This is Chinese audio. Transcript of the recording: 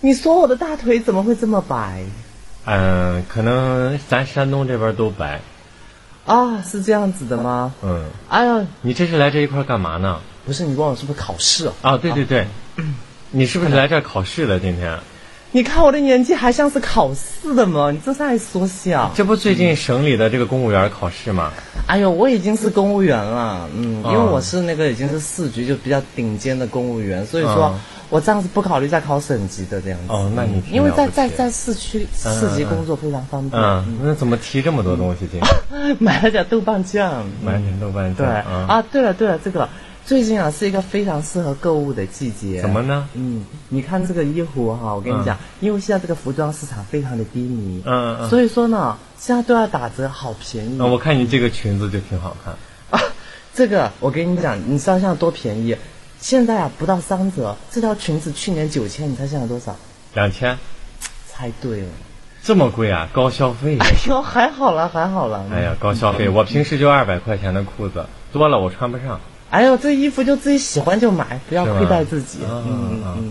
你说我的大腿怎么会这么白？嗯，可能咱山东这边都白。啊，是这样子的吗？嗯，哎呀，你这是来这一块干嘛呢？不是你忘了是不是考试啊？啊，对对对，你是不是来这儿考试了？今天你看我的年纪还像是考试的吗？你这是爱说笑。这不最近省里的这个公务员考试吗？哎呦，我已经是公务员了，嗯，因为啊我是那个已经是市局就比较顶尖的公务员，所以说啊我这样子不考虑再考省级的这样子。嗯哦那你挺因为在了不起在在市区市级工作非常方便，嗯，那怎么提这么多东西进去？买了点豆瓣酱，买点豆瓣对酱啊？啊，对了对了，这个最近啊是一个非常适合购物的季节。怎么？呢？嗯，你看这个衣服哈、我跟你讲，因为现在这个服装市场非常的低迷，嗯嗯所以说呢，现在都要打折，好便宜。嗯我看你这个裙子就挺好看。啊，这个我跟你讲，你知道现在多便宜？现在啊不到三折，这条裙子去年九千，你猜现在多少？两千，猜对了。这么贵啊？高消费呀！哎呦， 还好啦，还好啦。哎呀，高消费！我平时就二百块钱的裤子，多了我穿不上。哎呦，这衣服就自己喜欢就买，不要是吗亏待自己。啊嗯嗯啊嗯。